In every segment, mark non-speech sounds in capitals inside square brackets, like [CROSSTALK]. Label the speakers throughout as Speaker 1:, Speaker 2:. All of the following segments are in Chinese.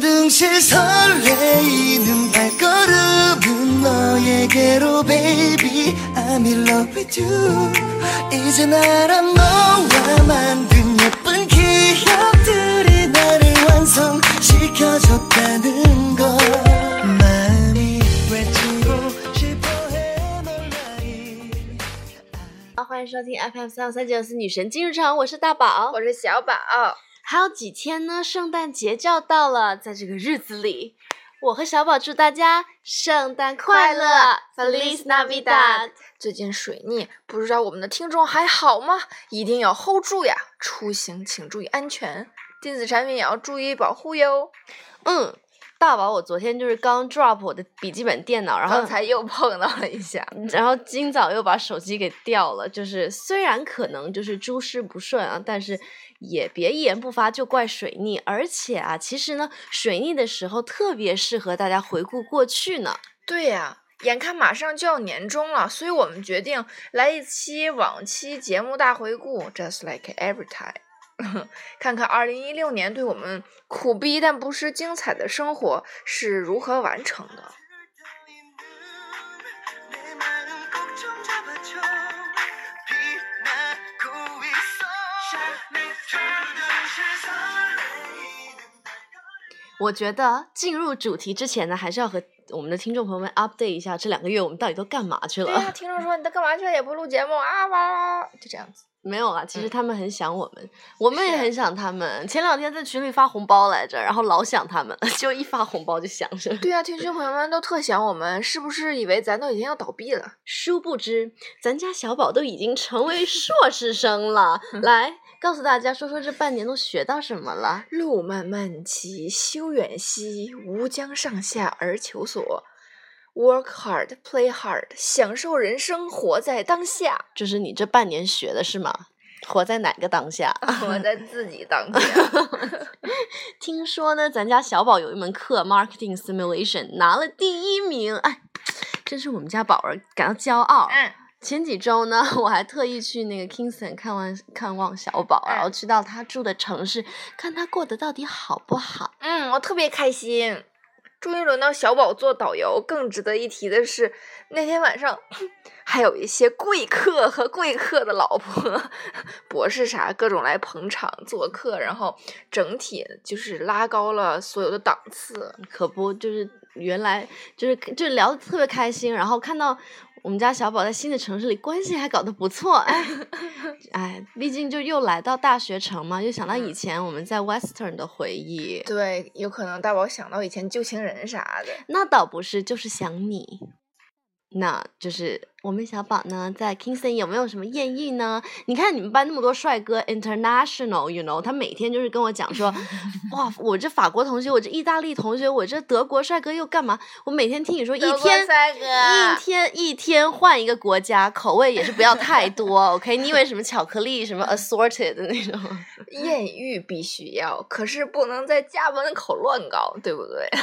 Speaker 1: 동시에 설레이는 발걸음은 너에게로 baby I'm in love with you 이제 나란 너와 만든 예쁜 기억들이 나를 완성시켜줬다는 걸 마음이 외치고 싶어해 널 나이
Speaker 2: 好，欢迎收听 FM 三三九四女神今日常，我是大宝。
Speaker 3: 我是小宝，
Speaker 2: 还有几天呢，圣诞节就要到了，在这个日子里，我和小宝祝大家圣诞快乐，Feliz Navidad！
Speaker 3: 最近水逆，不知道我们的听众还好吗？一定要 hold 住呀！出行请注意安全，电子产品也要注意保护哟。
Speaker 2: 嗯，大宝，我昨天就是刚 drop 我的笔记本电脑，然后
Speaker 3: 刚才又碰到了一下，
Speaker 2: 然后今早又把手机给掉了，就是虽然可能就是诸事不顺啊，但是也别一言不发就怪水逆。而且啊，其实呢，水逆的时候特别适合大家回顾过去呢。
Speaker 3: [LAUGHS] 对呀、眼看马上就要年终了，所以我们决定来一期往期节目大回顾，just like every time，看 [LAUGHS] 看二零一六年对我们苦逼但不失精彩的生活是如何完成的。
Speaker 1: 내 마음 꼭 좀 잡아줘 빛나고 있어 샤넬 조정실 설레이는
Speaker 2: 我觉得进入主题之前呢，还是要和我们的听众朋友们 update 一下，这两个月我们到底都干嘛去
Speaker 3: 对
Speaker 2: 了？
Speaker 3: 呀、听众说你都干嘛去了？也不录节目啊哇哇哇，就这样子。
Speaker 2: [LAUGHS] 没有啊，其实他们很想我们，我们也
Speaker 3: 嗯是啊
Speaker 2: 很想他们。前两天在群里发红包来着，然后老想他们， [LAUGHS] 就一发红包就想着。 [LAUGHS]
Speaker 3: 对呀、听众朋友们都特想我们，是不是以为咱都已经要倒闭了？
Speaker 2: 殊不知，咱家小宝都已经成为硕士生
Speaker 3: [LAUGHS]
Speaker 2: 了。来，告诉大家，说说这半年都学到什么了？
Speaker 3: 路漫漫其修远兮，吾将上下而求索。Work hard, play hard，享受人生，活在当下，
Speaker 2: 就是你这半年学的是吗？活在哪个当下？
Speaker 3: 活在自己当下。
Speaker 2: 听说呢，咱家小宝有一门课 Marketing Simulation 拿了第一名，哎，真是我们家宝儿感到骄傲。
Speaker 3: 嗯，
Speaker 2: 前几周呢， [LAUGHS] 我还特意去那个 Kingston 看望看望小宝，然
Speaker 3: 嗯
Speaker 2: 后去到他住的城市，看他过得到底好不好。
Speaker 3: 嗯，我特别开心。终于轮到小宝做导游。更值得一提的是，那天晚上还有一些贵客和贵客的老婆、 [LAUGHS] 博士啥各种来捧场做客，然后整体就是拉高了所有的档次。
Speaker 2: 可不，就是原来就是就是聊的特别开心，然后看到我们家小宝在新的城市里关系还搞得不错，
Speaker 3: [LAUGHS]
Speaker 2: 哎哎，毕竟就又来到大学城嘛，又想到以前我们在 Western 的回忆。
Speaker 3: 嗯对，有可能大宝想到以前旧情人啥的。
Speaker 2: 那倒不是，就是想你。那就是我们小宝呢，在 Kingston 有没有什么艳遇呢？你看你们班那么多帅哥，international，you know，他每天就是跟我讲
Speaker 3: [LAUGHS]
Speaker 2: 说，哇，我这法国同学，我这意大利同学，我这德国帅哥又干嘛？我每天听你说一
Speaker 3: 德国
Speaker 2: 天
Speaker 3: 帅哥
Speaker 2: 一天一天换一个国家，口味也是不要太多 [LAUGHS] ，OK？你以为什么巧克力什么 assorted 的那种？ [LAUGHS]
Speaker 3: 艳遇必须要，可是不能在家门口乱搞，对不对？ [LAUGHS]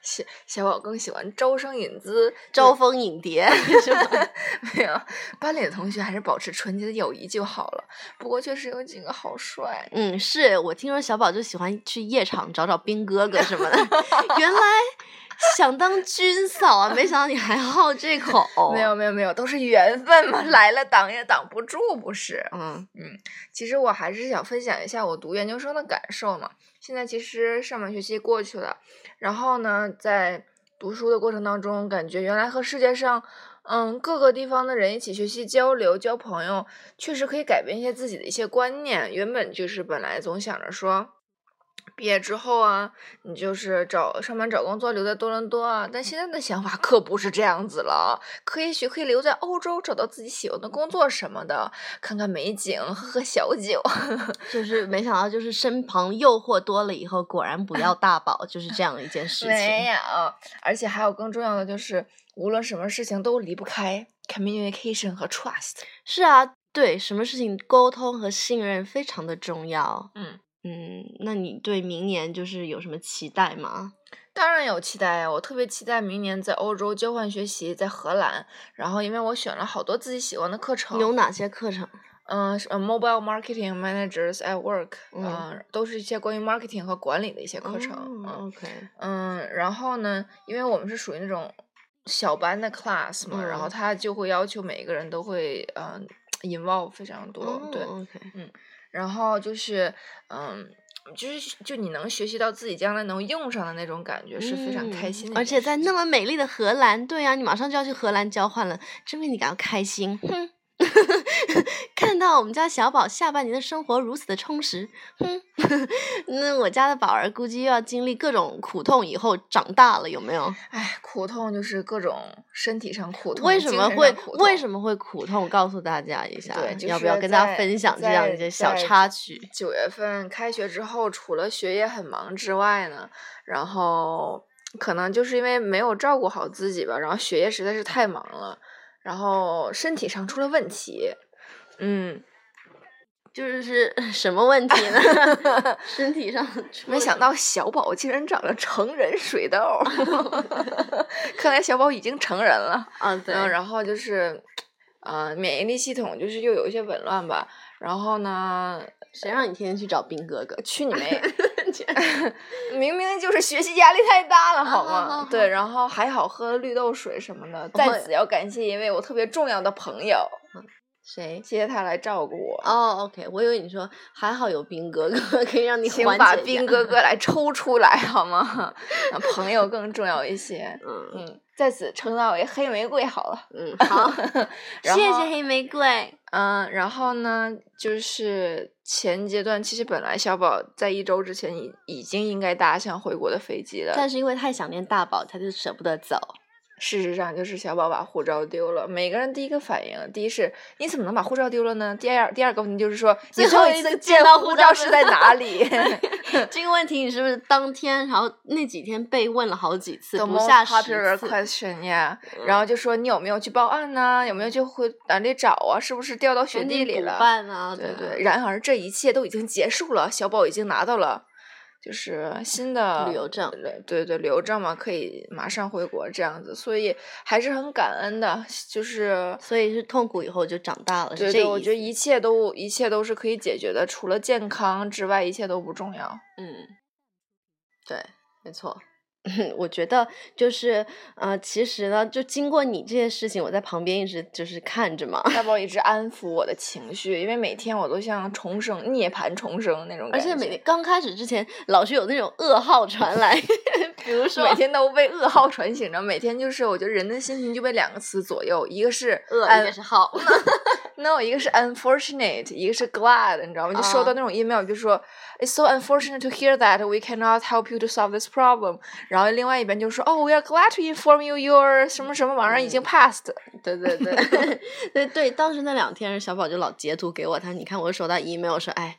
Speaker 3: 小小宝更喜欢招生引资，
Speaker 2: 招蜂引蝶 [LAUGHS] 是吧？
Speaker 3: [LAUGHS] 没有啊班里的同学还是保持纯洁的友谊就好了。不过确实有几个好帅，
Speaker 2: 嗯，是我听说小宝就喜欢去夜场找找兵哥哥什
Speaker 3: [LAUGHS]
Speaker 2: 么的，原来想当军嫂啊，没想到你还好这口。
Speaker 3: 没有，没有没有，都是缘分嘛， [LAUGHS] 来了挡也挡不住，不是？
Speaker 2: 嗯，
Speaker 3: 其实我还是想分享一下我读研究生的感受嘛。现在其实上半学期过去了，然后呢，在读书的过程当中，感觉原来和世界上，嗯，各个地方的人一起学习、交流、交朋友，确实可以改变一些自己的一些观念。原本就是本来总想着说。毕业之后啊，你就是找上班找工作留在多伦多啊，但现在的想法可不是这样子了，可也许可以留在欧洲找到自己喜欢的工作什么的，看看美景，喝喝小酒。 [LAUGHS]
Speaker 2: 就是没想到，就是身旁诱惑多了以后，果然不要大宝，就是这样一件事
Speaker 3: 没
Speaker 2: 情。
Speaker 3: 有，而且还有更重要的就是，无论什么事情都离不开 communication 和 trust。
Speaker 2: 是啊，对，什么事情沟通和信任非常的重要。
Speaker 3: 嗯
Speaker 2: 嗯，那你对明年就是有什么期待吗？
Speaker 3: 当然有期待呀、我特别期待明年在欧洲交换学习，在荷兰。然后，因为我选了好多自己喜欢的课程，
Speaker 2: 有哪些课程？
Speaker 3: 嗯、是呃 mobile marketing managers at work，
Speaker 2: 嗯
Speaker 3: 嗯、都是一些关于 marketing 和管理的一些课程，
Speaker 2: 哦
Speaker 3: 嗯
Speaker 2: OK，
Speaker 3: 嗯，然后呢，因为我们是属于那种小班的 class 嘛，然后
Speaker 2: 嗯
Speaker 3: 他就会要求每一个人都会嗯、involve 非常多，对，
Speaker 2: 哦，OK，
Speaker 3: 然后就是嗯。就是就你能学习到自己将来能用上的那种感觉是非常开
Speaker 2: 嗯
Speaker 3: 心的一件事情，
Speaker 2: 而且在那么美丽的荷兰，对呀、你马上就要去荷兰交换了，真为你感到开心。哼， [LAUGHS] 看到我们家小宝下半年的生活如此的充实，哼， [LAUGHS] 那我家的宝儿估计又要经历各种苦痛，以后长大了有没有？
Speaker 3: 哎，苦痛就是各种身体上苦痛，
Speaker 2: 为什么会为什
Speaker 3: 么？
Speaker 2: 么会苦痛？告诉大家一下，
Speaker 3: 对，就
Speaker 2: 要
Speaker 3: 是
Speaker 2: 不要跟大家
Speaker 3: 在
Speaker 2: 分享这样一些小插曲？？
Speaker 3: 九月份开学之后，除了学业很忙之外呢，然后可能就是因为没有照顾好自己吧，然后学业实在是太忙了，然后身体上出了问题。嗯，
Speaker 2: 就是是 [LAUGHS] 什么问题呢？ [LAUGHS] 身体上出
Speaker 3: 没
Speaker 2: 了
Speaker 3: 想到小宝竟然长了成人水痘儿， [LAUGHS] 看来小宝已经成人了。
Speaker 2: 啊，对，
Speaker 3: 嗯，然后就是，呃，免疫力系统就是又有一些紊乱吧。然后呢，
Speaker 2: 谁让你天天去找兵哥哥？ [LAUGHS]
Speaker 3: 去你妹！明明就是学习压力太大
Speaker 2: 啊
Speaker 3: 了，好
Speaker 2: 好好
Speaker 3: 吗
Speaker 2: 好？
Speaker 3: 对，然后还好喝绿豆水什么的。在
Speaker 2: 会
Speaker 3: 此要感谢一位我特别重要的朋友，
Speaker 2: 嗯谁？
Speaker 3: 谢谢他来照顾我。
Speaker 2: 哦、o k 我以为你说还好有兵哥 [LAUGHS] 哥可以让你
Speaker 3: 请
Speaker 2: 缓
Speaker 3: 把
Speaker 2: 解一
Speaker 3: 兵
Speaker 2: 下
Speaker 3: 哥，哥来抽出来好
Speaker 2: [LAUGHS]
Speaker 3: 吗？啊朋友更重要一些。
Speaker 2: 嗯
Speaker 3: 嗯，在此称他为黑玫瑰好了。
Speaker 2: 嗯，好，谢
Speaker 3: 然
Speaker 2: 谢
Speaker 3: 后
Speaker 2: 黑玫瑰，
Speaker 3: 嗯，然后呢，就是前阶段，其实本来小宝在一周之前已已经应该搭上回国的飞机了。
Speaker 2: 但是因为太想念大宝，他就舍不得走。
Speaker 3: 事实上，就是小宝把护照丢了。每个人第一个反应，第一是你怎么能把护照丢了呢？第二，第二个问题就是说，你
Speaker 2: 最后
Speaker 3: 后
Speaker 2: 一
Speaker 3: 一
Speaker 2: 次
Speaker 3: 次
Speaker 2: 见
Speaker 3: 见
Speaker 2: 到护
Speaker 3: 护
Speaker 2: 照
Speaker 3: 照是在
Speaker 2: 是 [LAUGHS]
Speaker 3: 哪里？
Speaker 2: 这个问题你是不是当天，然后那几天被问了好几次，
Speaker 3: The
Speaker 2: 不
Speaker 3: most
Speaker 2: 下十
Speaker 3: popular
Speaker 2: 次？
Speaker 3: question 呀、然后就说你有没有去报案呢？有没有去回哪里找啊？是不是掉到雪
Speaker 2: 赶
Speaker 3: 地
Speaker 2: 紧
Speaker 3: 里
Speaker 2: 补
Speaker 3: 了？
Speaker 2: 办啊，
Speaker 3: 对
Speaker 2: 对啊
Speaker 3: 对，然而这一切都已经结束了，小宝已经拿到了，就是新的
Speaker 2: 旅游证
Speaker 3: 对对对，旅游证嘛，可以马上回国这样子，所以还是很感恩的，就是。
Speaker 2: 所以是痛苦以后就长大了，
Speaker 3: 对
Speaker 2: 是这
Speaker 3: 对，
Speaker 2: 个
Speaker 3: 我
Speaker 2: 意
Speaker 3: 觉得
Speaker 2: 思
Speaker 3: 一切都一切都是可以解决的，除了健康之外，一切都不重要。
Speaker 2: 嗯，对，没错。 [LAUGHS] 我觉得就是，呃，其实呢，就经过你这些事情，我在旁边一直就是看着 [LAUGHS] 嘛，
Speaker 3: 大宝一直安抚我的情绪，因为每天我都像重生、涅槃重生那种
Speaker 2: 而
Speaker 3: 感觉，
Speaker 2: 且每天刚开始之前，老是有那种噩耗传来， [LAUGHS] 比如说
Speaker 3: 每天都被噩耗 [LAUGHS] 传醒着，每天就是我觉得人的心情就被两个词左右，一个是
Speaker 2: 噩，
Speaker 3: 安
Speaker 2: 一个是耗，
Speaker 3: no，一个是 unfortunate，一个是 glad，你知道吗？就收到
Speaker 2: 啊
Speaker 3: 那种 email 就说、It's so unfortunate to hear that we cannot help you to solve this problem。然后另外一边就说哦、w e are glad to inform you your 什么什么玩意儿已经 passed、
Speaker 2: 嗯对对对 [LAUGHS]
Speaker 3: [LAUGHS]
Speaker 2: 对对，当时那两天小宝就老截图给我，他你看我收到 email 说，哎，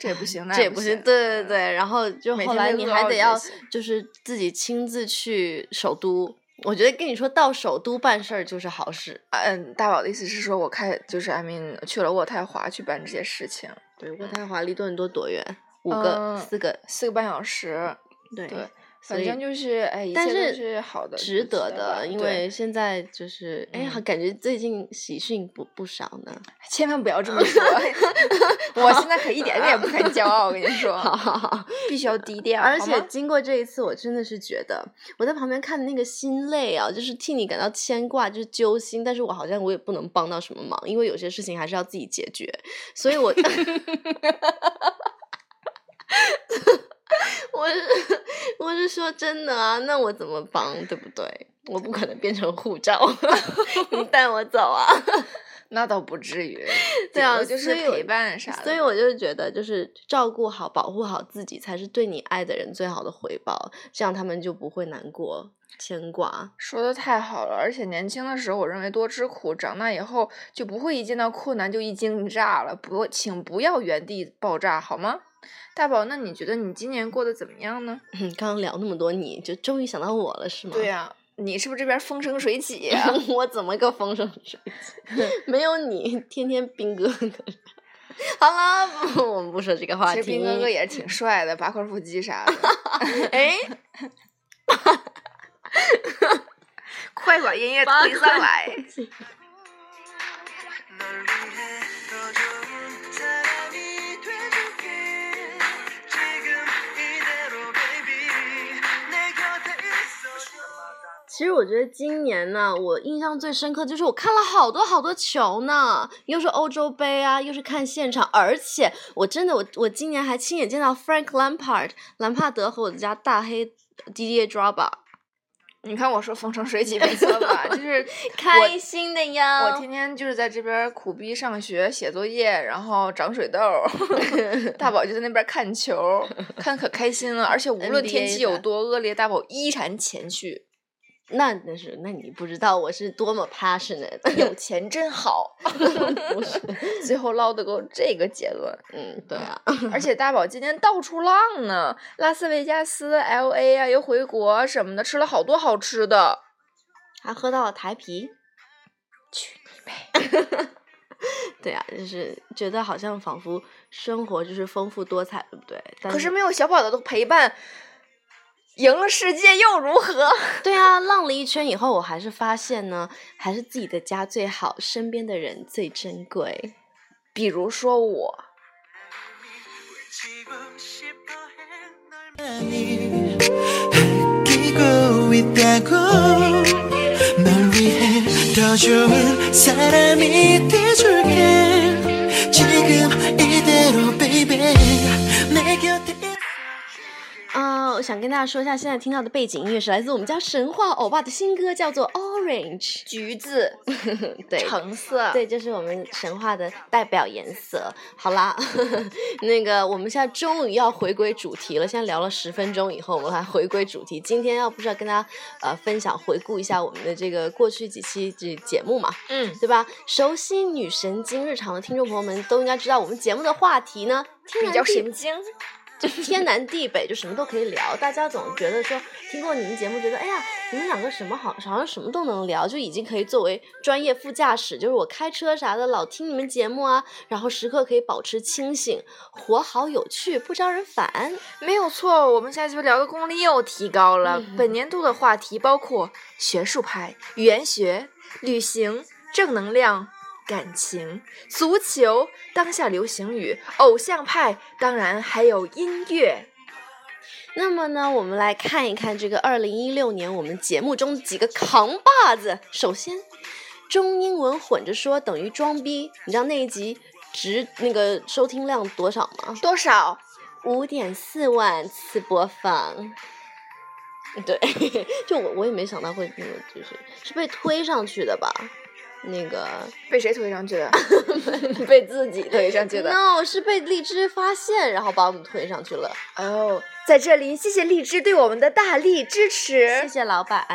Speaker 3: 这也不行，那
Speaker 2: 这也
Speaker 3: 不
Speaker 2: 不行，对对对，然后就
Speaker 3: 每
Speaker 2: 后
Speaker 3: 天
Speaker 2: 来
Speaker 3: 被
Speaker 2: 你
Speaker 3: 噩
Speaker 2: 还
Speaker 3: 耗
Speaker 2: 得
Speaker 3: 觉
Speaker 2: 要
Speaker 3: 醒
Speaker 2: 就是自己亲自去首都。我觉得跟你说到首都办事儿就是好事，
Speaker 3: 嗯，大宝的意思是说我开就是 I mean 去了渥太华去办这些事情，
Speaker 2: 对，渥太华离多伦多多远？五个、
Speaker 3: 嗯
Speaker 2: 四个，
Speaker 3: 四个半小时，
Speaker 2: 对
Speaker 3: 对
Speaker 2: 所
Speaker 3: 反
Speaker 2: 以
Speaker 3: 正就是哎，一
Speaker 2: 但
Speaker 3: 切
Speaker 2: 是
Speaker 3: 都是好的，
Speaker 2: 值得的，
Speaker 3: 吧
Speaker 2: 因
Speaker 3: 对
Speaker 2: 为现在就是，哎呀，
Speaker 3: 嗯
Speaker 2: 感觉最近喜讯不不少
Speaker 3: [LAUGHS]
Speaker 2: 呢。
Speaker 3: 千万不要这么
Speaker 2: [LAUGHS]
Speaker 3: 说，我现在可一点点不敢骄傲，我跟你说，
Speaker 2: 好好好，
Speaker 3: [LAUGHS] 必须要低调，
Speaker 2: 而
Speaker 3: 好
Speaker 2: 且
Speaker 3: 吗
Speaker 2: 经过这一次，我真的是觉得我在旁边看的那个心累啊，就是替你感到牵挂，就是揪心。但是我好像我也不能帮到什么忙，因为有些事情还是要自己解决，所
Speaker 3: [LAUGHS]
Speaker 2: 以我。我是我是说真的啊，那我怎么帮，对不对？我不可能变成护照， [LAUGHS] 你带我走啊！
Speaker 3: 那倒不 [LAUGHS] 至于，
Speaker 2: 对啊
Speaker 3: 顶多就是
Speaker 2: 所以我
Speaker 3: 陪伴啥的吧，
Speaker 2: 所以我就是觉得，就是照顾好、保护好自己，才是对你爱的人最好的回报。这样他们就不会难过、牵挂。 [LAUGHS]
Speaker 3: 说的太好了，而且年轻的时候我认为多吃苦，长大以后就不会一见到困难就一惊一乍了，不，请不要原地爆炸好吗？大宝，那你觉得你今年过得怎么样呢？
Speaker 2: 刚刚聊那么多你，就终于想到我了，是吗？
Speaker 3: 对、啊呀、你是不是这边风生水起、
Speaker 2: 呀
Speaker 3: [LAUGHS] 啊？
Speaker 2: [LAUGHS] 我怎么个风生水起？ [LAUGHS] 没有你，天天兵哥哥。 [LAUGHS] 好了，不我们不说这个话
Speaker 3: 其
Speaker 2: 题。
Speaker 3: 实斌哥哥也是挺帅的，八块腹肌啥的。 [LAUGHS]
Speaker 2: 哎，
Speaker 3: 快把音乐
Speaker 2: 八
Speaker 3: 推
Speaker 2: 块
Speaker 3: [LAUGHS] 上来！
Speaker 1: 내 널 위해 더 좋은 사람이 돼줄게 지금 이대로 baby 내 곁에 있어줘
Speaker 2: 其实我觉得今年呢，我印象最深刻就是我看了好多好多球呢，又是欧洲杯啊，又是看现场，而且我真的我我今年还亲眼见到 Frank Lampard 兰帕德和我的家大黑 DDA Draba，
Speaker 3: 你看我说风生水起没 [LAUGHS] 错吧？就是
Speaker 2: [LAUGHS] 开心的呀！
Speaker 3: 我天天就是在这边儿苦逼上学、写作业，然后长水痘儿。 [LAUGHS] 大宝就在那边儿看球儿，看可开心了。而且无论天
Speaker 2: NBA
Speaker 3: 气有
Speaker 2: 的
Speaker 3: 多恶劣，大宝依然前
Speaker 2: [LAUGHS]
Speaker 3: 去。
Speaker 2: 那那是那你不知道我是多么 passionate，
Speaker 3: 有钱真好，
Speaker 2: 不是，
Speaker 3: 最后捞得够这个结论。
Speaker 2: 嗯，对啊， [LAUGHS]
Speaker 3: 而且大宝今天到处浪呢，拉斯维加斯、L A 啊，又回国什么的，吃了好多好吃的。
Speaker 2: 还喝到了台啤，
Speaker 3: 去
Speaker 2: 你妹！ [LAUGHS] 对啊，就是觉得好像仿佛生活就是丰富多彩，对不对？但
Speaker 3: 可是没有小宝的陪伴，赢了世界又如何？
Speaker 2: 对啊，浪了一圈以后，我还是发现呢，还是自己的家最好，身边的人最珍贵。
Speaker 3: 比如说我，
Speaker 1: 외치고 싶어 해널 많이 아끼고 있다고 널 위해 더 좋은 사람이 돼줄게 지금 이대로 baby 내 곁에 있어줄게
Speaker 2: 啊、我想跟大家说一下，现在听到的背景音乐是来自我们家神话欧巴的新歌，叫做《Orange
Speaker 3: 橘子》。
Speaker 2: [LAUGHS] 对，
Speaker 3: 橙色，
Speaker 2: 对，这是我们神话的代表颜色。好啦， [LAUGHS] 那个我们现在终于要回归主题了。现在聊了十分钟以后，我们来回归主题。今天要不是要跟大家呃分享回顾一下我们的这个过去几期这节目嘛，
Speaker 3: 嗯，
Speaker 2: 对吧？熟悉女神经日常的听众朋友们都应该知道，我们节目的话题呢，天
Speaker 3: 比
Speaker 2: 南
Speaker 3: 较
Speaker 2: 地
Speaker 3: 神经。
Speaker 2: 就是天南地北，就什么都可以聊。大家总觉得说，听过你们节目，觉得哎呀，你们两个什么好，好像什么都能聊，就已经可以作为专业副驾驶，就是我开车啥的，老听你们节目啊，然后时刻可以保持清醒，活好有趣，不招人烦。
Speaker 3: 没有错，我们下期聊的功力又提高了。
Speaker 2: 嗯
Speaker 3: 本年度的话题包括学术派、语言学、旅行、正能量、感情、足球、当下流行语、偶像派，当然还有音乐。
Speaker 2: 那么呢，我们来看一看这个二零一六年我们节目中几个扛把子。首先，中英文混着说等于装逼，你知道那一集值那个收听量多少吗？
Speaker 3: 多少？
Speaker 2: 五点四万次播放。对， [LAUGHS] 就我我也没想到会那个，就是是被推上去的吧？那个
Speaker 3: 被谁推上去的？ [LAUGHS] 被自己推上去的。
Speaker 2: no 是被荔枝发现，然后把我们推上去了。
Speaker 3: 哦，在这里谢谢荔枝对我们的大力支
Speaker 2: 谢
Speaker 3: 持。
Speaker 2: [LAUGHS] 谢老板。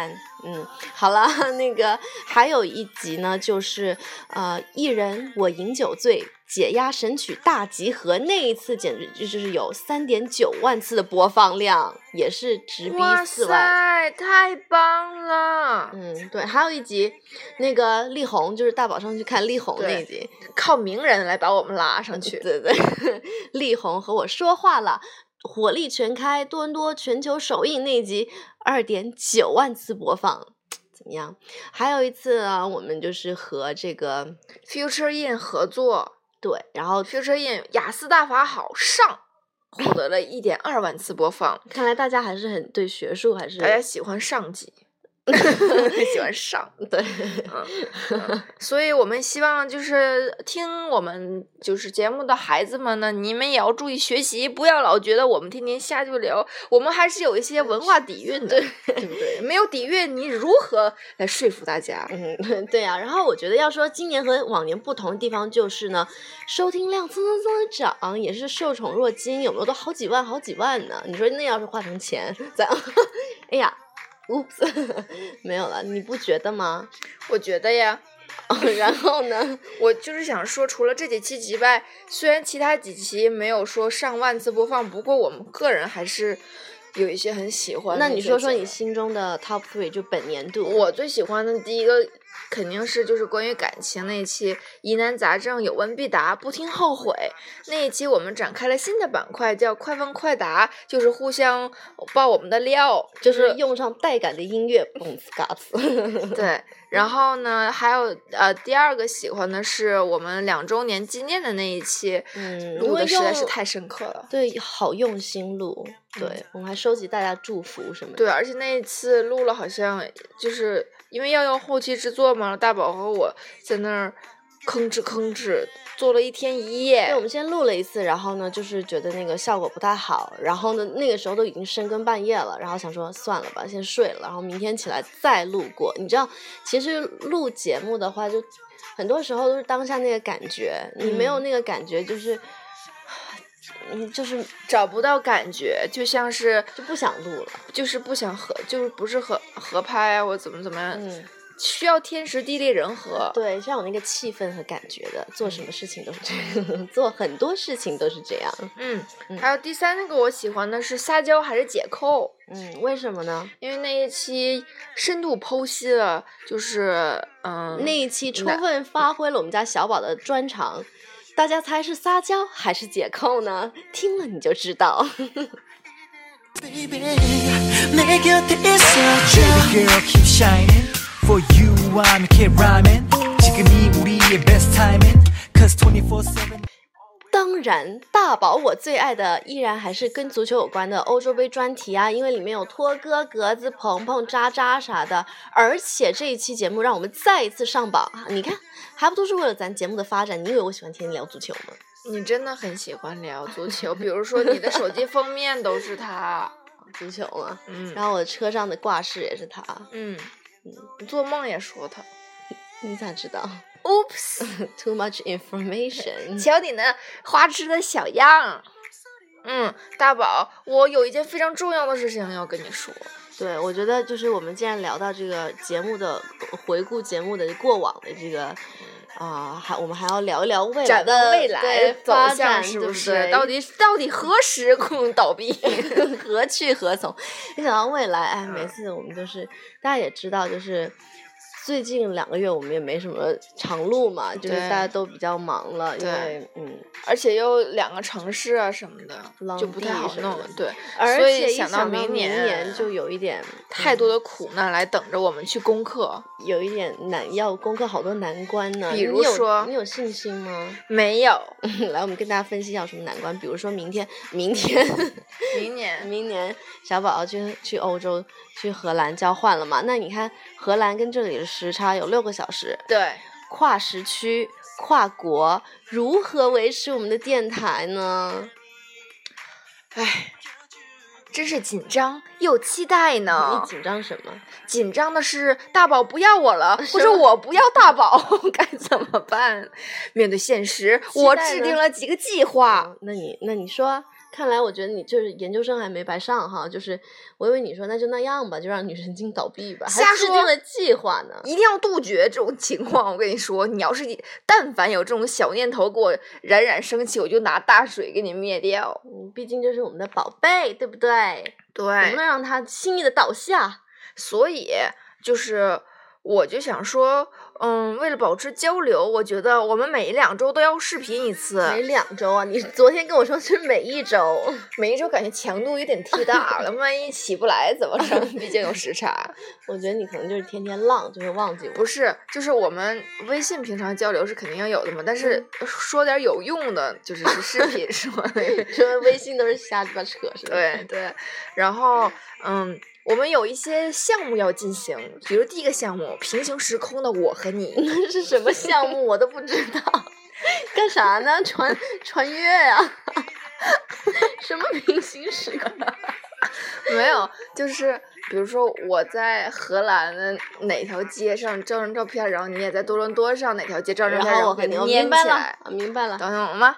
Speaker 2: 嗯，好了， [LAUGHS] 那个还有一集呢，就是呃，一人我饮酒醉解压神曲大集合，那一次简直就是有三点九万次的播放量，也是直逼
Speaker 3: 哇
Speaker 2: 四万。
Speaker 3: 塞，太棒了！
Speaker 2: 嗯，对，还有一集，那个力宏就是大宝上去看力宏那
Speaker 3: 对
Speaker 2: 一集，
Speaker 3: 靠名人来把我们拉上去。
Speaker 2: 对 [LAUGHS] 对，力宏和我说话了，火力全开，多伦多全球首映那一集二点九万次播放，怎么样？还有一次啊，我们就是和这个
Speaker 3: Future In 合作
Speaker 2: 对，然后
Speaker 3: ，Future In 雅思大法好上，获得了一点二万次播放，
Speaker 2: 看来大家还是很对学术还是
Speaker 3: 大家喜欢上 [LAUGHS] 级，喜欢上，
Speaker 2: 对，
Speaker 3: 嗯，嗯所以我们希望就是听我们就是节目的孩子们呢，你们也要注意学习，不要老觉得我们天天瞎就聊，我们还是有一些文化底蕴的， [LAUGHS] 对不对？没有底蕴，你如何来说服大家？
Speaker 2: 嗯， [LAUGHS] 对啊，然后我觉得要说今年和往年不同的地方就是呢，收听量蹭蹭蹭的涨，也是受宠若惊，有没有都好几万好几万呢？你说那要是换成钱，咱， [LAUGHS] 哎呀，oops，没有了，你不觉得吗？ [LAUGHS]
Speaker 3: 我觉得呀。
Speaker 2: 然后呢，
Speaker 3: 我就是想说，除了这几期以外，虽然其他几期没有说上万次播放，不过我们个人还是有一些很喜欢的
Speaker 2: 那
Speaker 3: 一
Speaker 2: 你
Speaker 3: 些
Speaker 2: 说说
Speaker 3: 节
Speaker 2: 你
Speaker 3: 目
Speaker 2: 心中的 top three 就本年度，
Speaker 3: 我最喜欢的第一个肯定是就是关于感情那一期疑难杂症有问必答，不听后悔那一期我们展开了新的板块，叫快问快答，就是互相爆我们的料， [LAUGHS]
Speaker 2: 就
Speaker 3: 就是是
Speaker 2: 用上带感的音乐，蹦次嘎次。
Speaker 3: 对，然后呢，还有呃，第二个喜欢的是我们两周年纪念的那一期，
Speaker 2: 嗯因
Speaker 3: 录
Speaker 2: 为
Speaker 3: 的实在是
Speaker 2: 用
Speaker 3: 太深刻了。
Speaker 2: [LAUGHS] 对，好用心录。对，我们还收集大家祝福什么的。
Speaker 3: 对，而且那一次录了，好像就是因为要用后期制作嘛，大宝和我在那儿吭哧吭哧做了一天一
Speaker 2: 对，
Speaker 3: 夜
Speaker 2: 我。们先录了一次，然后呢，就是觉得那个效果不太好，然后呢，那个时候都已经深更半夜了，然后想说算了吧，先睡了，然后明天起来再录过。你知道，其实录节目的话就，很多时候都是当下那个感觉，你没有那个感觉，就是，嗯，就是
Speaker 3: 找不到感觉，就像是
Speaker 2: 就不想录了。
Speaker 3: 就是不想合，就是不是合合拍啊，或怎么怎么样，
Speaker 2: 嗯，
Speaker 3: 需要天时地利人和。
Speaker 2: 对，是要有那个气氛和感觉的，做什么事情都是这样， [LAUGHS] 做很多事情都是这样。
Speaker 3: 嗯
Speaker 2: 嗯，
Speaker 3: 还有第三个我喜欢的是撒娇还是解扣。
Speaker 2: 嗯，为什么呢？
Speaker 3: 因为那一期深度剖析了，就是嗯，
Speaker 2: 那一期充
Speaker 3: 那
Speaker 2: 分发挥了我们家小宝的专长。大家猜是撒娇还是解扣呢？听了你就知道。 [LAUGHS]
Speaker 1: Baby, 내 곁에 있어줘.
Speaker 4: Baby girl keep shining For you I'm keep rhyming 지금이 우리의 best timing Cause 24-7
Speaker 2: 当然，大宝我最爱的依然还是跟足球有关的欧洲杯专题啊，因为里面有托哥、格子、鹏鹏、渣渣啥的。而且这一期节目让我们再一次上榜，啊你看，还不都是为了咱节目的发展？你以为我喜欢天天聊足球吗？
Speaker 3: 你真的很喜欢聊足球，比如说你的手机封面都是他，
Speaker 2: 足球吗？
Speaker 3: 嗯，
Speaker 2: 然后我的车上的挂饰也是他，
Speaker 3: 嗯，你做梦也说他 [LAUGHS]
Speaker 2: 你咋知道 [LAUGHS]
Speaker 3: ，oops，
Speaker 2: ？Too much information。
Speaker 3: 瞧你那花痴的小样儿。嗯，大宝，我有一件非常重要的事情要跟你说。
Speaker 2: 对，我觉得就是我们既然聊到这个节目的回顾，节目的过往的这个啊，还、我们还要聊一聊未来
Speaker 3: 展
Speaker 2: 的
Speaker 3: 望未来
Speaker 2: 对
Speaker 3: 走
Speaker 2: 发
Speaker 3: 向
Speaker 2: 展
Speaker 3: 是
Speaker 2: 对
Speaker 3: 不
Speaker 2: 不
Speaker 3: 是？
Speaker 2: 对
Speaker 3: 到底到底何时共倒闭？
Speaker 2: [LAUGHS]
Speaker 3: [LAUGHS]
Speaker 2: 何去何从？一想到未来，哎，每
Speaker 3: 嗯
Speaker 2: 次我们就是大家也知道，就是最近两个月我们也没什么长路嘛，就是
Speaker 3: 对
Speaker 2: 大家都比较忙了，因
Speaker 3: 对
Speaker 2: 为嗯，
Speaker 3: 而且又两个城市啊什么的，就不太
Speaker 2: 狼
Speaker 3: 好
Speaker 2: 地什么
Speaker 3: 弄
Speaker 2: 的。
Speaker 3: 对，
Speaker 2: 而
Speaker 3: 所
Speaker 2: 且
Speaker 3: 以
Speaker 2: 一
Speaker 3: 想
Speaker 2: 到
Speaker 3: 明
Speaker 2: 年
Speaker 3: 年
Speaker 2: 就有一点嗯
Speaker 3: 太多的苦难来等着我们去攻克。
Speaker 2: 有一点难，要攻克好多难关呢。
Speaker 3: 比
Speaker 2: 你
Speaker 3: 如
Speaker 2: 有
Speaker 3: 说
Speaker 2: 你有信心吗？
Speaker 3: 没有，
Speaker 2: [LAUGHS] 来，我们跟大家分析一下有什么难关。比如说明天，明天，
Speaker 3: [LAUGHS]
Speaker 2: [LAUGHS]
Speaker 3: 明年
Speaker 2: 明年小宝宝去去欧洲、去荷兰交换了嘛？那你看荷兰跟这里的时差有六个小时，
Speaker 3: 对
Speaker 2: 跨时区、跨国，如何维持我们的电台呢？
Speaker 3: 真是紧张又期待呢
Speaker 2: 你。紧张什么？
Speaker 3: 紧张的是大宝不要我
Speaker 2: [LAUGHS]
Speaker 3: 了，或者我不要大宝，该怎么办？面对现实，
Speaker 2: 期
Speaker 3: 我
Speaker 2: 待
Speaker 3: 制
Speaker 2: 呢
Speaker 3: 定了几个计划。
Speaker 2: 啊，那你那你说，看来我觉得你就是研究生还没白上哈，就是我以为你说那就那样吧，就让女神经倒闭吧，还
Speaker 3: 瞎
Speaker 2: 制定
Speaker 3: 说
Speaker 2: 了计划呢。
Speaker 3: 一定要杜绝这种情况，我跟你说，你要是但凡有这种小念头给我冉冉升起，我就拿大水给你灭掉。
Speaker 2: 嗯，毕竟这是我们的宝贝，对不对？怎么
Speaker 3: 对
Speaker 2: 能让他轻易的倒下？
Speaker 3: 所以就是，我就想说，嗯，为了保持交流，我觉得我们每两周都要视频一
Speaker 2: 每
Speaker 3: 次。
Speaker 2: 两周啊！你昨天跟我说是每一周， [LAUGHS]
Speaker 3: 每一周感觉强度有 [LAUGHS] 点忒大了，万一起不来怎么整？ [LAUGHS] 毕竟有时差。
Speaker 2: 我觉得你可能就是天天浪，就会忘记我。 [LAUGHS]
Speaker 3: 不是，就是我们微信平常交流是肯定要有的嘛，但是说点有用的，就是是视频 [LAUGHS] 说的。
Speaker 2: 说微信都是瞎鸡巴扯是吧？， [LAUGHS]
Speaker 3: 对对，然后嗯，我们有一些项目要进行，比如第一个项目平行时空的我和 [LAUGHS] 你，
Speaker 2: 那是什么项目我都不知道， [LAUGHS] 干啥呢？传传阅呀、 [LAUGHS] 啊？什么明星时刻？
Speaker 3: 没有，就是比如说我在荷兰的哪条街上照张照片，然后你也在多伦多上哪条街照张照片，
Speaker 2: 然后我
Speaker 3: 给
Speaker 2: 和你，我
Speaker 3: 粘
Speaker 2: 明白
Speaker 3: 起
Speaker 2: 了
Speaker 3: 来。，
Speaker 2: 啊明白了。
Speaker 3: 等等我吗？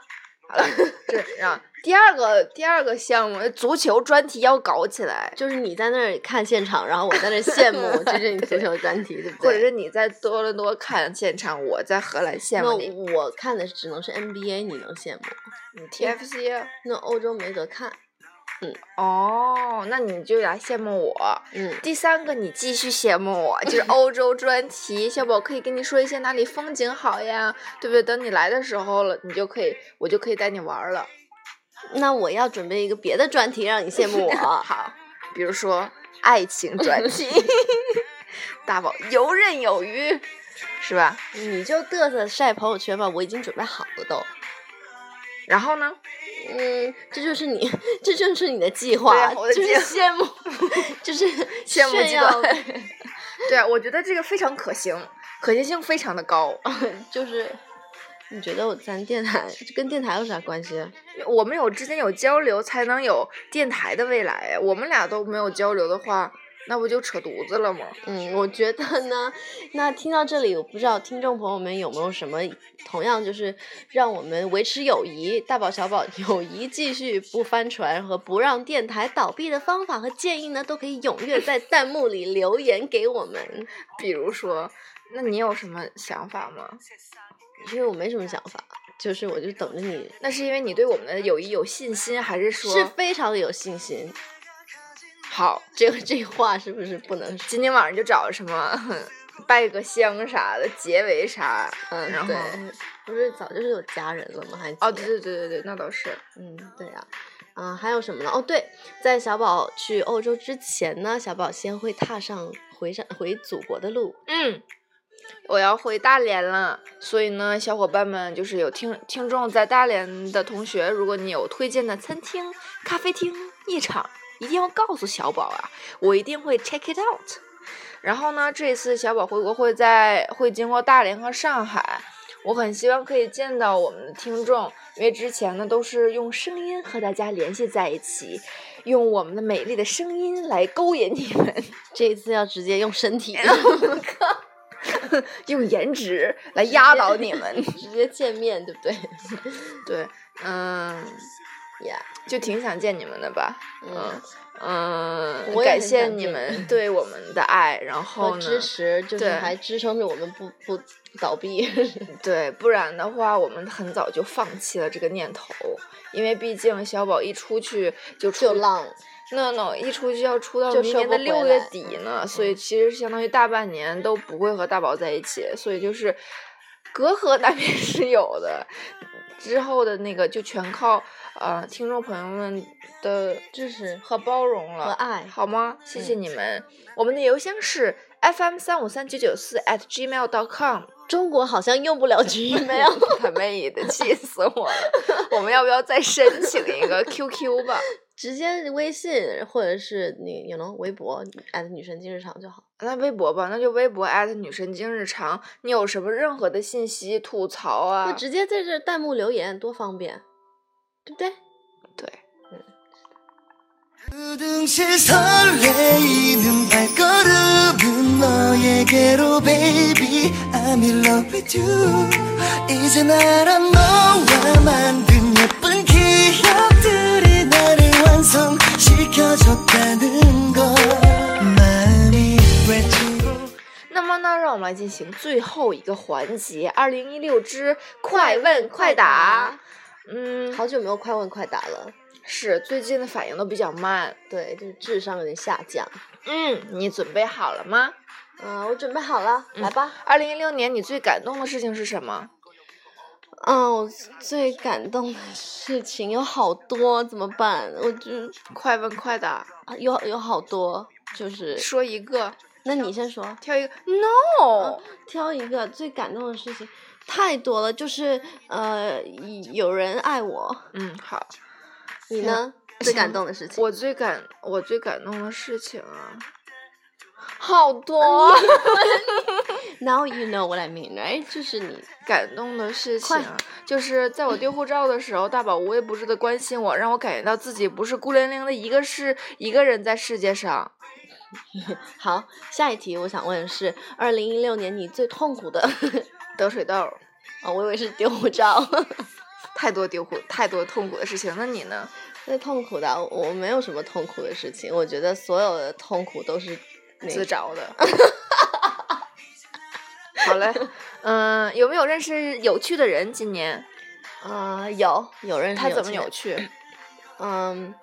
Speaker 3: 好了，这 [LAUGHS] 让第二个第二个项目足球专题要搞起来，
Speaker 2: 就是你在那儿看现场，然后我在那儿羡慕，这是你足球专题，对不对？
Speaker 3: 或 [LAUGHS] 者是你在多伦多看现场，我在荷兰羡慕你。
Speaker 2: 那我嗯看的只能是 NBA，你能羡慕？
Speaker 3: 你 TFC 啊
Speaker 2: 那欧洲没得看，
Speaker 3: 哦，那你就有点羡慕我。
Speaker 2: 嗯，
Speaker 3: 第三个，你继续羡慕我，就是欧洲专题，小宝可以跟你说一些哪里风景好呀，对不对？等你来的时候了，你就可以，我就可以带你玩儿了。
Speaker 2: 那我要准备一个别的专题让你羡慕 [LAUGHS]
Speaker 3: [LAUGHS]
Speaker 2: 我。
Speaker 3: 好，比如说爱情专题，大宝游刃有余，是吧？
Speaker 2: 你就嘚瑟晒朋友圈吧，我已经准备好了都。
Speaker 3: 然后呢？
Speaker 2: 嗯，这就是你，这就是你的计划，
Speaker 3: 我的
Speaker 2: 就
Speaker 3: 计
Speaker 2: 是
Speaker 3: 划
Speaker 2: 羡慕，
Speaker 3: [LAUGHS]
Speaker 2: [LAUGHS] 就是
Speaker 3: 羡慕
Speaker 2: 炫
Speaker 3: 极
Speaker 2: 耀
Speaker 3: 了。对啊，我觉得这个非常可行，可行性非常的高。
Speaker 2: 就是你觉得我咱电台这跟电台有啥关系啊？
Speaker 3: 我们有之间有交流，才能有电台的未来。我们俩都没有交流的话，那不就扯犊子了吗？
Speaker 2: 嗯，我觉得呢，那听到这里，我不知道听众朋友们有没有什么同样就是让我们维持友谊，大宝小宝 [LAUGHS] 友谊继续不翻船和不让电台倒闭的方法和建议呢，都可以踊跃在弹幕里留言给我们，
Speaker 3: 比如说，那你有什么想法吗？
Speaker 2: 因为我没什么想法，就是我就等着你，
Speaker 3: 那是因为你对我们的友谊有信心，还是说
Speaker 2: 是非常有信心。
Speaker 3: 好？
Speaker 2: 这个这话是不是不能说？
Speaker 3: 今天晚上就找什么拜个香啥的，结尾啥？
Speaker 2: 嗯，
Speaker 3: 然后
Speaker 2: 对，不是早就是有家人了吗？还
Speaker 3: 哦，
Speaker 2: 记
Speaker 3: 对
Speaker 2: 得
Speaker 3: 对对对对，那倒是。
Speaker 2: 嗯，对呀、啊，还有什么呢？哦，对，在小宝去欧洲之前呢，小宝先会踏上回上回祖国的路。
Speaker 3: 嗯，我要回大连了，所以呢，小伙伴们就是有听听众在大连的同学，如果你有推荐的餐厅、咖啡厅、夜场，一定要告诉小宝啊，我一定会 check it out。然后呢，这一次小宝回国会在会经过大连和上海，我很希望可以见到我们的听众，因为之前呢都是用声音和大家联系在一起，用我们的美丽的声音来勾引你们。
Speaker 2: 这一次要直接用身体，
Speaker 3: 哎 [LAUGHS] 用颜值来压倒你们。
Speaker 2: [LAUGHS] 直接见面，对不对？
Speaker 3: 对，嗯，
Speaker 2: 呀、
Speaker 3: 就挺想见你们的吧。
Speaker 2: 嗯
Speaker 3: 嗯，嗯，
Speaker 2: 我也
Speaker 3: 感
Speaker 2: 很
Speaker 3: 谢
Speaker 2: 想
Speaker 3: 你
Speaker 2: 见
Speaker 3: 们对我们的爱，然后
Speaker 2: 和
Speaker 3: 呢，
Speaker 2: 支持就是
Speaker 3: 对
Speaker 2: 还支撑着我们不不倒闭。 [LAUGHS]
Speaker 3: 对，不然的话，我们很早就放弃了这个念头，因为毕竟小宝一出去就出
Speaker 2: 就浪，
Speaker 3: no no 一出去要出到
Speaker 2: 就
Speaker 3: 明
Speaker 2: 收
Speaker 3: 年的
Speaker 2: 不
Speaker 3: 六
Speaker 2: 回
Speaker 3: 月
Speaker 2: 来嗯
Speaker 3: 底呢，所以其实相当于大半年都不会和大宝在一起，所以就是隔阂难免 [LAUGHS] 是有的。之后的那个就全靠呃听众朋友们的支持和包容了，
Speaker 2: 和爱嗯
Speaker 3: 好吗？谢谢你们。我们的邮箱是 fm 三五三九九四 at gmail
Speaker 2: [LAUGHS]
Speaker 3: dot com。
Speaker 2: 中国好像用不了 Gmail。
Speaker 3: [LAUGHS] 他妹的，气死
Speaker 2: [LAUGHS]
Speaker 3: 我了！我们要不要再申请一个 QQ 吧？
Speaker 2: 直接微信或者是你有 o 微博艾特女神今日常就好。
Speaker 3: 那微博吧，那就微博艾特女神经日常。你有什么任何的信息吐槽
Speaker 2: 那
Speaker 3: 啊？
Speaker 2: 直接在这弹幕留言多方便，对不对？
Speaker 3: 对，
Speaker 1: 두둥실 설레이는 발걸음은 너에게로 baby I'm in love with you 이제 나란 너와 만든 예쁜 기억들이 나를 완성시켜줬다는 걸 마음이 왜 둥근
Speaker 3: 那么呢，让我们来进行最后一个环节——二零一六之快问快答。嗯，
Speaker 2: 好久没有快问快答了，
Speaker 3: 是最近的反应都比较慢。
Speaker 2: 对，就是智商有点下降。
Speaker 3: 嗯，你准备好了吗？
Speaker 2: 嗯、我准备好了，来吧。
Speaker 3: 二零一六年你最感动的事情是什么？
Speaker 2: 嗯、我最感动的事情有好多，怎么办？我就
Speaker 3: 快问快答，
Speaker 2: 啊有有好多，就是
Speaker 3: 说一个，
Speaker 2: 那你先说，
Speaker 3: 挑一个。No， [LAUGHS]
Speaker 2: 挑一个最感动的事情，太多了，就是呃，有人爱我。
Speaker 3: 嗯，好。
Speaker 2: 你呢？嗯最感动的事情，
Speaker 3: 我最感我最感动的事情啊，好多。
Speaker 2: Now you know what I mean, right？就是你，
Speaker 3: 感动的事情
Speaker 2: 快
Speaker 3: 啊，就是在我丢护照的时候，大宝无微不至的关心我，让我感觉到自己不是孤零零的一个是一个人在世界上。
Speaker 2: 好，下一题我想问的是，二零一六年你最痛苦的， [LAUGHS]
Speaker 3: 得水痘儿，
Speaker 2: 啊、我以为是丢 [LAUGHS] 护照，
Speaker 3: 太多丢护，太多痛苦的事情。那你呢？
Speaker 2: 最痛苦的，我没有什么痛苦的事情，我觉得所有的痛苦都是那
Speaker 3: 自
Speaker 2: 个 [LAUGHS]
Speaker 3: 找的。好嘞，嗯，有没有认识有趣的人？今年
Speaker 2: 啊、有有人
Speaker 3: 他怎么有
Speaker 2: 有？
Speaker 3: 趣？
Speaker 2: 嗯，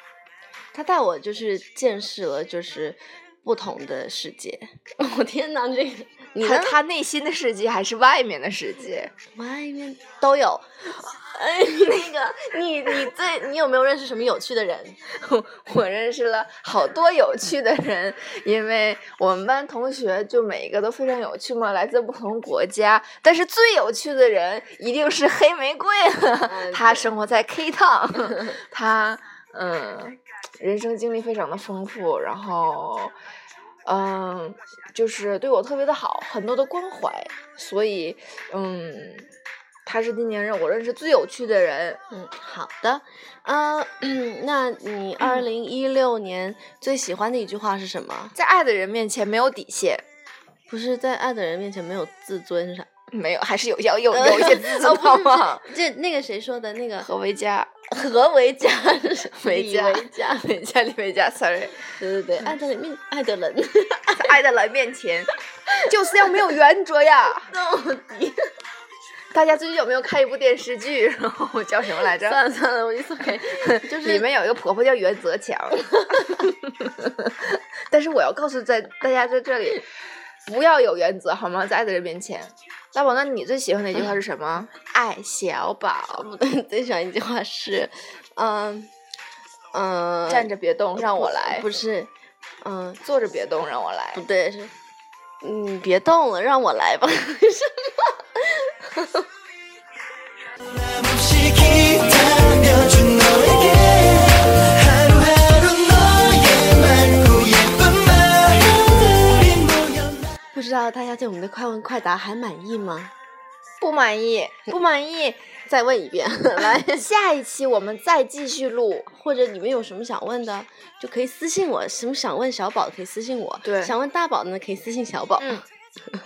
Speaker 2: 他带我就是见识了就是不同的世界。 [LAUGHS] 我天呐，这个你
Speaker 3: 他
Speaker 2: 呢？
Speaker 3: 他内心的世界还是外面的世界？
Speaker 2: 外面都有。哎，那个，你你最你有没有认识什么有趣的人？
Speaker 3: 我认识了好多有趣的人，因为我们班同学就每一个都非常有趣嘛，来自不同国家。但是最有趣的人一定是黑玫瑰了，
Speaker 2: 嗯
Speaker 3: 他
Speaker 2: 对
Speaker 3: 生活在
Speaker 2: [LAUGHS]
Speaker 3: K Town，他嗯，人生经历非常的丰富，然后嗯，就是对我特别的好，很多的关怀，所以嗯，他是今年让我认识最有趣的人。
Speaker 2: 嗯，好的。
Speaker 3: 呃
Speaker 2: 嗯、那你二零一六年最喜欢的一句话是什么？
Speaker 3: 在爱的人面前没有底线，
Speaker 2: 不是在爱的人面前没有自尊是啥？
Speaker 3: 没有，还是有要有哦有一些
Speaker 2: [LAUGHS]
Speaker 3: 自尊，好不好
Speaker 2: 嗯哦？不是这这那个谁说的？那个
Speaker 3: 何为家？
Speaker 2: 何为家？
Speaker 3: 维
Speaker 2: 李
Speaker 3: 嘉
Speaker 2: 维 [LAUGHS] 嘉。
Speaker 3: 李家李维家，sorry，
Speaker 2: 对对对，爱的人面爱的人 [LAUGHS]
Speaker 3: 在爱的人面前，就是要没有原
Speaker 2: [LAUGHS]
Speaker 3: 则呀。
Speaker 2: 到底。
Speaker 3: 大家最近有没有看一部电视剧？然后叫什么来着？
Speaker 2: 算了算了，我就送给， [LAUGHS] 就是
Speaker 3: 里面有一个婆婆叫袁泽
Speaker 2: [LAUGHS]
Speaker 3: 强。但是我要告诉在大家在这里，不要有原则好吗？在爱的人面前，大宝，那你最喜欢的一句话是什么？爱小宝，
Speaker 2: 我最喜欢一句话是，嗯嗯，
Speaker 3: 站着别动，让我来
Speaker 2: 不；是，嗯，
Speaker 3: 坐着别动，让我来
Speaker 2: 不。对，是你别动了，让我来吧。 [LAUGHS] 是
Speaker 1: 없이 기다려준 너에게 하루하루 너의 맑고 예쁜 말들이 모였나
Speaker 2: 不知道大家对我们的快问快答还满意 [LAUGHS] 吗？
Speaker 3: 不满意，不满意，
Speaker 2: 再问一 [LAUGHS] 遍，来，
Speaker 3: 下一期我们再继续录。
Speaker 2: 或者你们有什么想问的，就可以私信我。什么想问小宝的可以私信我，
Speaker 3: 对
Speaker 2: 想问大宝的呢可以私信小宝。
Speaker 3: 嗯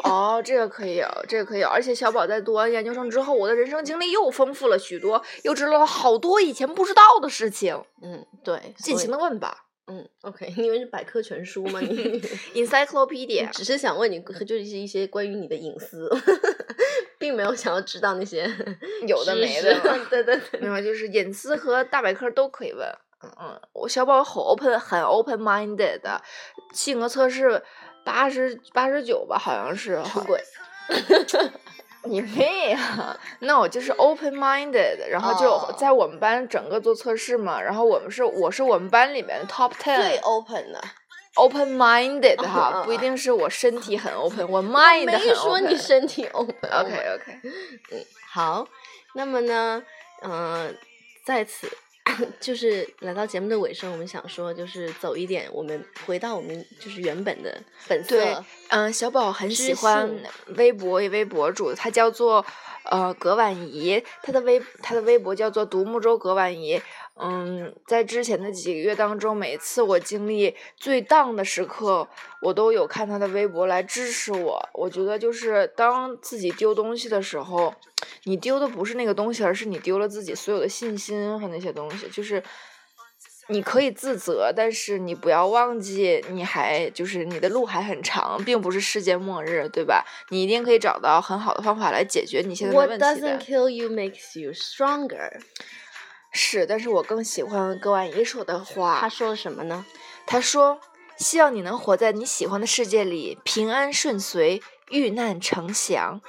Speaker 3: 哦，这个可以有，这个可以有。而且小宝在读完研究生之后，我的人生经历又丰富了许多，又知道了好多以前不知道的事情。
Speaker 2: 嗯，对，
Speaker 3: 尽
Speaker 2: 所以
Speaker 3: 情的问吧
Speaker 2: 嗯，OK，你以为是百科全书吗？ [LAUGHS] 你
Speaker 3: ，Encyclopedia。
Speaker 2: 只是想问你，就是一些关于你的隐私， [LAUGHS] 并没有想要知道那些
Speaker 3: 有的
Speaker 2: 知
Speaker 3: 没
Speaker 2: 识
Speaker 3: 的嘛
Speaker 2: [LAUGHS] 对对对，
Speaker 3: 没有，就是隐私和大百科都可以问。嗯嗯，我小宝很 open，很 open minded 的，性格测试八十八十九吧，好像是
Speaker 2: 出
Speaker 3: [LAUGHS]
Speaker 2: 轨。
Speaker 3: 你妹呀！那我就是 open minded，然后就
Speaker 2: 哦
Speaker 3: 在我们班整个做测试嘛，然后我们是我是我们班里面的 top
Speaker 2: 最
Speaker 3: ten
Speaker 2: open 的。
Speaker 3: open minded
Speaker 2: 哦哦
Speaker 3: 哈，
Speaker 2: 哦
Speaker 3: 不一定是我身体很 open，我
Speaker 2: 我
Speaker 3: mind
Speaker 2: 没
Speaker 3: 很 open。
Speaker 2: 说你身体 [LAUGHS] open。嗯
Speaker 3: OK OK，
Speaker 2: 好，那么呢，嗯、在此 [LAUGHS] 就是来到节目的尾声，我们想说就是走一点，我们回到我们就是原本的本
Speaker 3: 对
Speaker 2: 色。，
Speaker 3: 嗯，小宝很喜
Speaker 2: 知
Speaker 3: 欢
Speaker 2: 性
Speaker 3: 微博一位博主，他叫做呃葛婉仪，他的微他的微博叫做独木舟葛婉仪。嗯，在之前的几个月当中，每次我经历最荡的时刻，我都有看他的微博来支持我。我觉得就是当自己丢东西的时候，你丢的不是那个东西，而是你丢了自己所有的信心和那些东西，就是。你可以自责，但是你不要忘记，你还就是你的路还很长，并不是世界末日，对吧？你一定可以找到很好的方法来解决你现在的
Speaker 2: What
Speaker 3: 问题的。
Speaker 2: doesn't kill you makes you stronger。
Speaker 3: 是，但是我更喜欢葛婉仪说的
Speaker 2: 他
Speaker 3: 话。
Speaker 2: 说了什么呢？
Speaker 3: 她说：“希望你能活在你喜欢的世界里，平安顺遂，遇难成祥。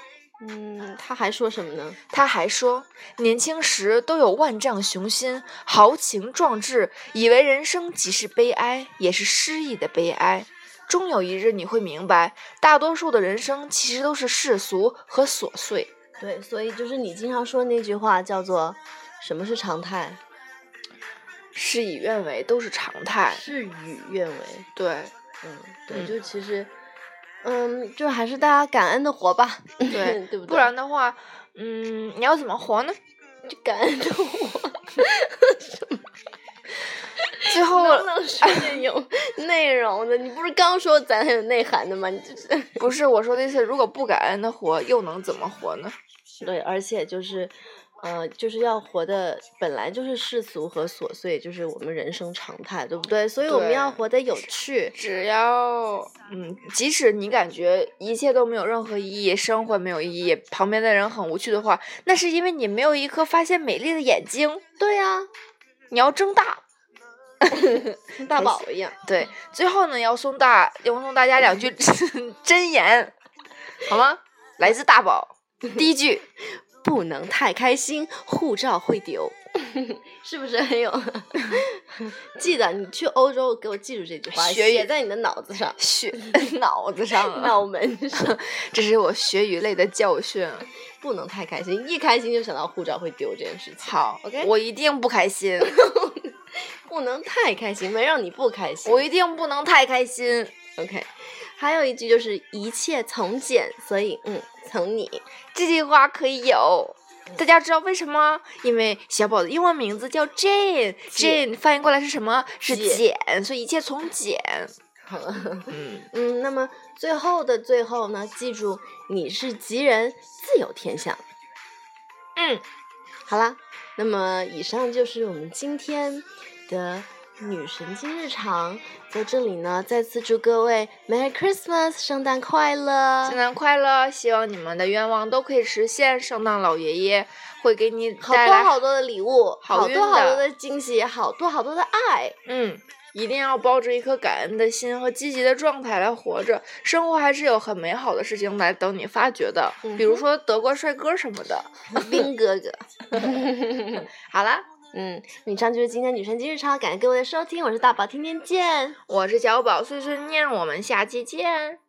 Speaker 2: 嗯，他还说什么呢？”
Speaker 3: 她还说：“年轻时都有万丈雄心，豪情壮志，以为人生即是悲哀，也是诗意的悲哀。终有一日，你会明白，大多数的人生其实都是世俗和琐碎。
Speaker 2: 对，所以就是你经常说那句话叫做“什么是常态，
Speaker 3: 事与愿违都是常态。
Speaker 2: 事与愿违”
Speaker 3: 对，”。
Speaker 2: 嗯，对，
Speaker 3: 嗯
Speaker 2: 就其实，嗯，就还是大家感恩的活吧，
Speaker 3: 对
Speaker 2: [LAUGHS] 对不对？
Speaker 3: 不然的话，嗯，你要怎么活呢？
Speaker 2: 就感恩的活。 [LAUGHS]
Speaker 3: 最后
Speaker 2: 能不能说点有内容的？你不是刚说咱很有内涵的吗？你就是
Speaker 3: 不是我说的意思，如果不感恩的活，又能怎么活呢？
Speaker 2: 对，而且就是，呃，就是要活的本来就是世俗和琐碎，就是我们人生常态，对不对？所以我们要
Speaker 3: 对
Speaker 2: 活得有趣。
Speaker 3: 只要嗯，即使你感觉一切都没有任何意义，生活没有意义，旁边的人很无趣的话，那是因为你没有一颗发现美丽的眼睛，
Speaker 2: 对呀、
Speaker 3: 你要睁大。
Speaker 2: 跟大宝一样。
Speaker 3: 对，最后呢，要送大要送大家两句 [LAUGHS] 真言，好吗？来自大宝，第一句 [LAUGHS]
Speaker 2: 不能太开心，护照会丢， [LAUGHS] 是不是很
Speaker 3: [LAUGHS]
Speaker 2: 有？记得你去欧洲给我记住这句话，
Speaker 3: 学语，
Speaker 2: 写在你的脑子上
Speaker 3: 学 [LAUGHS] 脑子上了，
Speaker 2: [LAUGHS] 脑门
Speaker 3: [LAUGHS]
Speaker 2: 上，
Speaker 3: 这是我学语类的教训。
Speaker 2: 不能太开心，一开心就想到护照会丢这件事情。
Speaker 3: 好
Speaker 2: ，OK，
Speaker 3: 我一定不开心，
Speaker 2: 不能太开心，没让你不开心。
Speaker 3: 我一定不能太开心。
Speaker 2: OK，还有一句就是一切从简，所以嗯，从你。
Speaker 3: 这句话可以有。
Speaker 2: 嗯
Speaker 3: 大家知道为什么？因为小宝的英文名字叫 Jane，Jane 翻译过来是什么？是
Speaker 2: 姐
Speaker 3: 简，所以一切从简。
Speaker 2: 好了，
Speaker 3: 嗯，
Speaker 2: [LAUGHS] 嗯，那么最后的最后呢，记住你是吉人，自有天相。
Speaker 3: 嗯，
Speaker 2: 好啦，那么以上就是我们今天的女神经日常，在这里呢，再次祝各位 Merry Christmas，圣诞快乐
Speaker 3: 圣！诞快乐！希望你们的愿望都可以实现。圣诞老爷爷会给你
Speaker 2: 好
Speaker 3: 带
Speaker 2: 多
Speaker 3: 来，
Speaker 2: 好多的礼物，
Speaker 3: 好
Speaker 2: 好
Speaker 3: 运
Speaker 2: 多好
Speaker 3: 的
Speaker 2: 多的惊喜，好多好多的爱。
Speaker 3: 嗯，一定要抱着一颗感恩的心和积极的状态来活着。生活还是有很美好的事情来等你发掘的，比如
Speaker 2: 嗯哼
Speaker 3: 说德国帅哥什么的。 [LAUGHS]
Speaker 2: 冰哥哥，
Speaker 3: 好啦，
Speaker 2: 嗯，以上就是今天女神经日常，感谢各位的收听，我是大宝，天天见。
Speaker 3: 我是小宝碎碎念，我们下期见。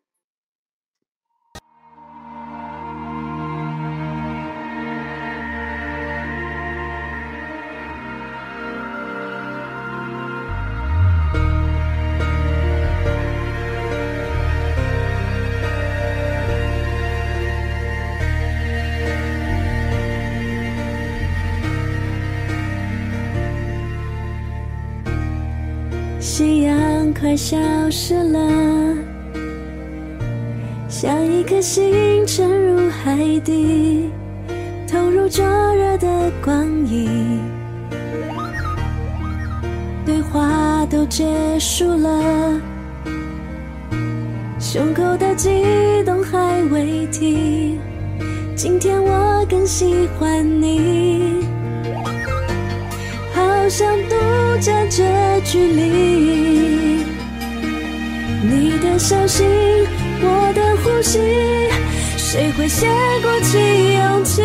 Speaker 5: 夕阳快消失了，像一颗星沉入海底，投入灼热的光影。对话都结束了，胸口的悸动还未停。今天我更喜欢你。好想独占这距离。你的消息，我的呼吸，谁会先鼓起勇气？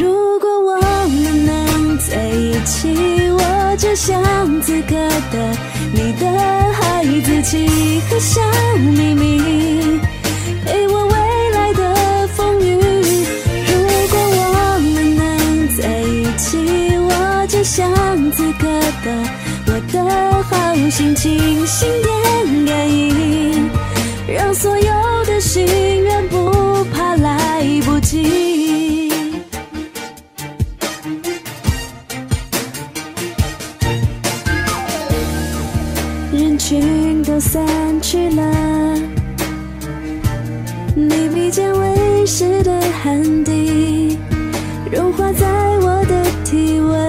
Speaker 5: 如果我们能在一起，我就像此刻的你的孩子气和小秘密，陪我未来的风雨。如果我们能在一起，我就像此刻的我的好心情，心电感应，让所有的心愿不怕来不及。人群都散去了。你笔尖微湿的汗滴，融化在我的体温。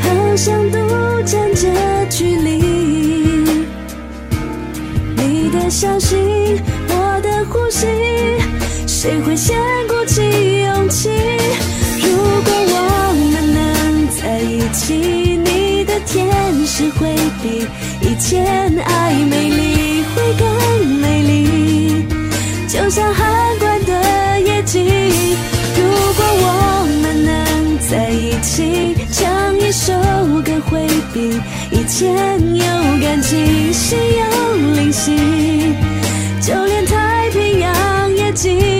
Speaker 5: 好想独占这距离，你的消息，我的呼吸，谁会先鼓起勇气？如果我们能在一起，你的天使会比以前爱美丽，会更美丽，就像海关的夜景。如果我们能在一起，唱一首歌会比以前有感情，心有灵犀。就连太平洋也记。